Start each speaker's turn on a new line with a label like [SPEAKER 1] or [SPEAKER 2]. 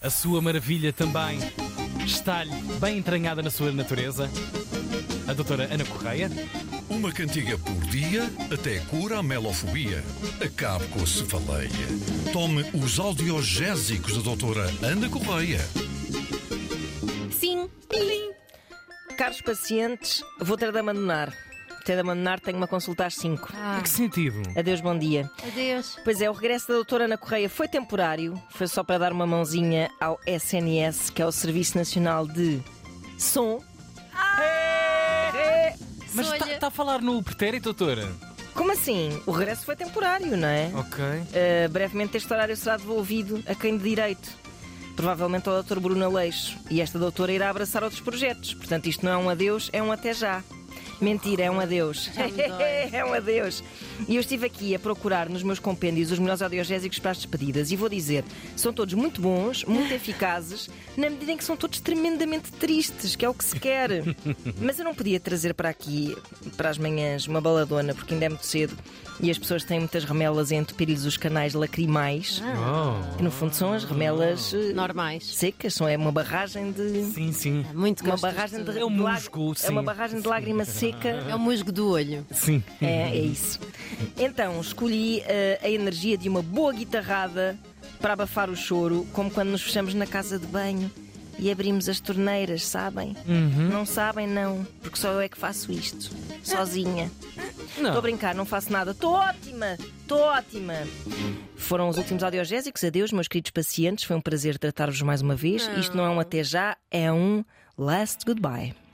[SPEAKER 1] A sua maravilha também está-lhe bem entranhada na sua natureza. A doutora Ana Correia.
[SPEAKER 2] Uma cantiga por dia até cura a melofobia. Acabe com a cefaleia. Tome os audiogésicos da doutora Ana Correia.
[SPEAKER 3] Sim.
[SPEAKER 4] Caros pacientes, vou ter de abandonar. Ter de abandonar, tenho uma consulta às 5.
[SPEAKER 3] Ah,
[SPEAKER 1] Em que sentido?
[SPEAKER 4] Adeus, bom dia.
[SPEAKER 3] adeus.
[SPEAKER 4] Pois é, o regresso da doutora Ana Correia foi temporário. Foi só para dar uma mãozinha ao SNS, que é o Serviço Nacional de Som. É.
[SPEAKER 1] Mas
[SPEAKER 3] Olha.
[SPEAKER 1] está a falar no pretérito, doutora?
[SPEAKER 4] Como assim? O regresso foi temporário, não é?
[SPEAKER 1] Ok.
[SPEAKER 4] Uh, brevemente este horário será devolvido a quem de direito. Provavelmente ao Dr. Bruno Aleixo. E esta doutora irá abraçar outros projetos. Portanto, isto não é um adeus, é um até já. Mentira, é um adeus.
[SPEAKER 3] Já me dói.
[SPEAKER 4] é um adeus. E eu estive aqui a procurar nos meus compêndios os melhores audiogésicos para as despedidas. E vou dizer, são todos muito bons, muito eficazes, na medida em que são todos tremendamente tristes, que é o que se quer. Mas eu não podia trazer para aqui, para as manhãs, uma baladona, porque ainda é muito cedo. E as pessoas têm muitas remelas a entupir-lhes os canais lacrimais,
[SPEAKER 1] Oh.
[SPEAKER 4] que no fundo são as remelas eh,
[SPEAKER 3] Normais.
[SPEAKER 4] secas, são, é uma barragem de.
[SPEAKER 1] Ah. Sim, sim.
[SPEAKER 3] Muito
[SPEAKER 4] Uma
[SPEAKER 3] gosto disto
[SPEAKER 4] barragem de,
[SPEAKER 3] tudo.
[SPEAKER 1] É um
[SPEAKER 4] de lá-
[SPEAKER 1] musgo,
[SPEAKER 4] é uma
[SPEAKER 1] sim.
[SPEAKER 4] barragem de lágrima seca.
[SPEAKER 3] É o musgo do olho.
[SPEAKER 1] Sim.
[SPEAKER 4] É, é isso. Então, escolhi eh, a energia de uma boa guitarrada para abafar o choro, como quando nos fechamos na casa de banho e abrimos as torneiras, sabem? Não sabem, não, porque só eu é que faço isto, sozinha. Estou a
[SPEAKER 1] Não.
[SPEAKER 4] brincar, não faço nada. Estou ótima, estou ótima. Foram os últimos audiogésicos. Adeus, meus queridos pacientes. Foi um prazer tratar-vos mais uma vez. Isto não é um até já, é um last goodbye.